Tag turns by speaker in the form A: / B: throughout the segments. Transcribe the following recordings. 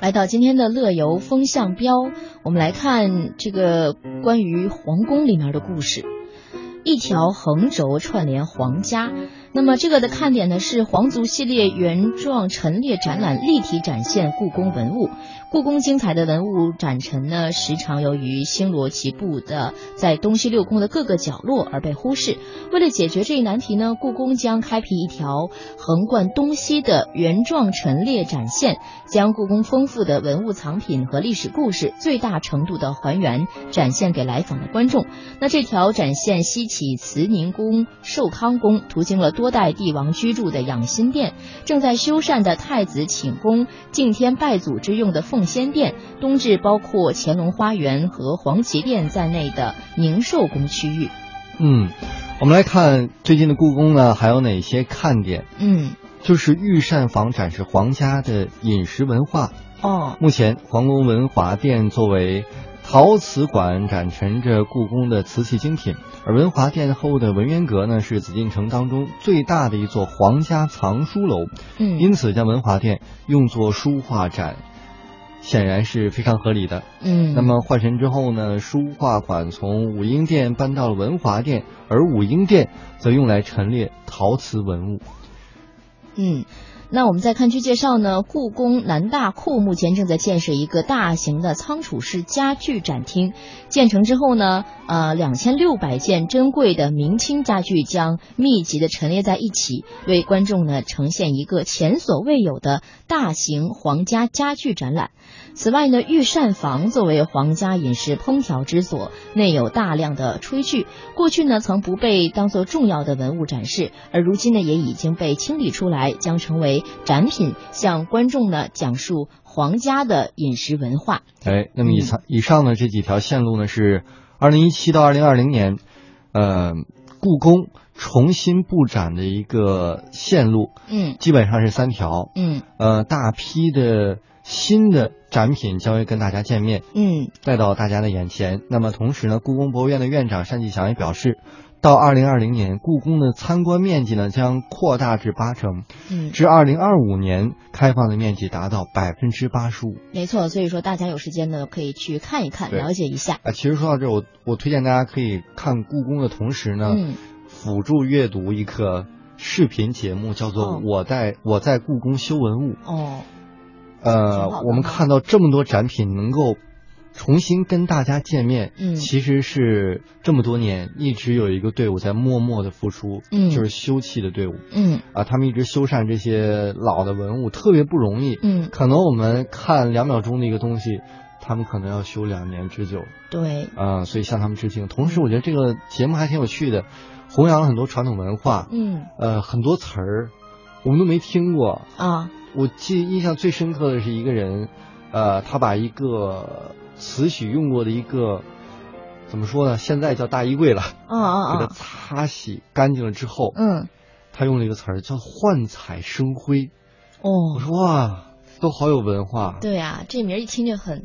A: 来到今天的乐游风向标，我们来看这个关于皇宫里面的故事。一条横轴串联皇家，那么这个的看点呢是皇族系列原状陈列展览，立体展现故宫文物。故宫精彩的文物展陈呢，时常由于星罗棋布的在东西六宫的各个角落而被忽视。为了解决这一难题呢，故宫将开辟一条横贯东西的原状陈列展现，将故宫丰富的文物藏品和历史故事最大程度的还原展现给来访的观众。那这条展现西起慈宁宫、寿康宫，途经了多代帝王居住的养心殿，正在修缮的太子寝宫、敬天拜祖之用的奉先殿，东至包括乾隆花园和黄旗殿在内的宁寿宫区域。
B: 嗯，我们来看最近的故宫呢，还有哪些看点？
A: 嗯，
B: 就是御膳房展示皇家的饮食文化。
A: 哦，
B: 目前，皇宫文华殿作为陶瓷馆展陈着故宫的瓷器精品，而文华殿后的文渊阁呢，是紫禁城当中最大的一座皇家藏书楼，
A: 嗯
B: 因此将文华殿用作书画展，显然是非常合理的。
A: 嗯，
B: 那么换神之后呢，书画馆从武英殿搬到了文华殿，而武英殿则用来陈列陶瓷文物。
A: 嗯。那我们再看据介绍呢，故宫南大库目前正在建设一个大型的仓储式家具展厅。建成之后呢，呃，两千六百件珍贵的明清家具将密集的陈列在一起，为观众呢呈现一个前所未有的大型皇家家具展览。此外呢，御膳房作为皇家饮食烹调之所，内有大量的炊具。过去呢，曾不被当做重要的文物展示，而如今呢，也已经被清理出来，将成为展品，向观众呢讲述皇家的饮食文化。
B: 哎，那么以上以上呢这几条线路呢是二零一七到二零二零年，呃，故宫重新布展的一个线路，
A: 嗯
B: 基本上是三条。
A: 嗯
B: 呃，大批的新的展品将会跟大家见面。
A: 嗯
B: 带到大家的眼前。那么同时呢，故宫博物院的院长单霁翔也表示，到二零二零年，故宫的参观面积呢将扩大至八成，
A: 嗯，
B: 至二零二五年开放的面积达到百分之八十五。
A: 没错。所以说，大家有时间呢，可以去看一看，
B: 对
A: 了解一下。
B: 啊，其实说到这儿，我我推荐大家可以看故宫的同时呢，
A: 嗯
B: 辅助阅读一个视频节目，叫做
A: 哦
B: 《我在、我在故宫修文物》。
A: 哦，挺好
B: 呃，
A: 的
B: 我们看到这么多展品能够重新跟大家见面，
A: 嗯
B: 其实是这么多年一直有一个队伍在默默的付出，
A: 嗯
B: 就是修葺的队伍
A: 嗯
B: 啊，他们一直修缮这些老的文物，特别不容易。
A: 嗯，
B: 可能我们看两秒钟的一个东西，他们可能要修两年之久
A: 对，
B: 啊，所以向他们致敬。同时，我觉得这个节目还挺有趣的，弘扬了很多传统文化，
A: 嗯
B: 呃，很多词儿我们都没听过，
A: 啊，
B: 我记印象最深刻的是一个人，呃，他把一个慈禧用过的一个，怎么说呢？现在叫大衣柜了，
A: 啊啊
B: 给它
A: 啊，
B: 擦洗干净了之后，
A: 嗯，
B: 他用了一个词儿叫“幻彩生辉”。我
A: 哦，
B: 说哇，都好有文化。
A: 对啊，这名儿一听就很，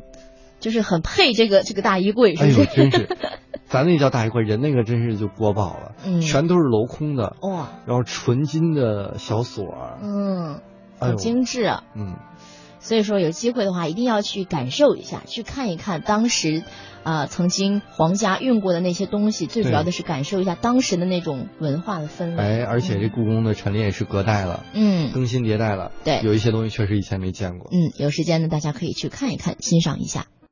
A: 就是很配这个这个大衣柜，是
B: 哎
A: 不
B: 呦，
A: 是？
B: 真是，咱那叫大衣柜，人那个真是就播报了，
A: 嗯
B: 全都是镂空的，
A: 哇，
B: 然后纯金的小锁儿，
A: 嗯，
B: 哎
A: 好
B: 呦，
A: 精致啊。
B: 嗯，
A: 所以说，有机会的话，一定要去感受一下，去看一看当时，啊、曾经皇家用过的那些东西。最主要的是感受一下当时的那种文化的氛围。
B: 哎，而且这故宫的陈列也是隔代了。
A: 嗯
B: 更新迭代了，
A: 对
B: 有一些东西确实以前没见过。
A: 嗯，有时间呢，大家可以去看一看，欣赏一下。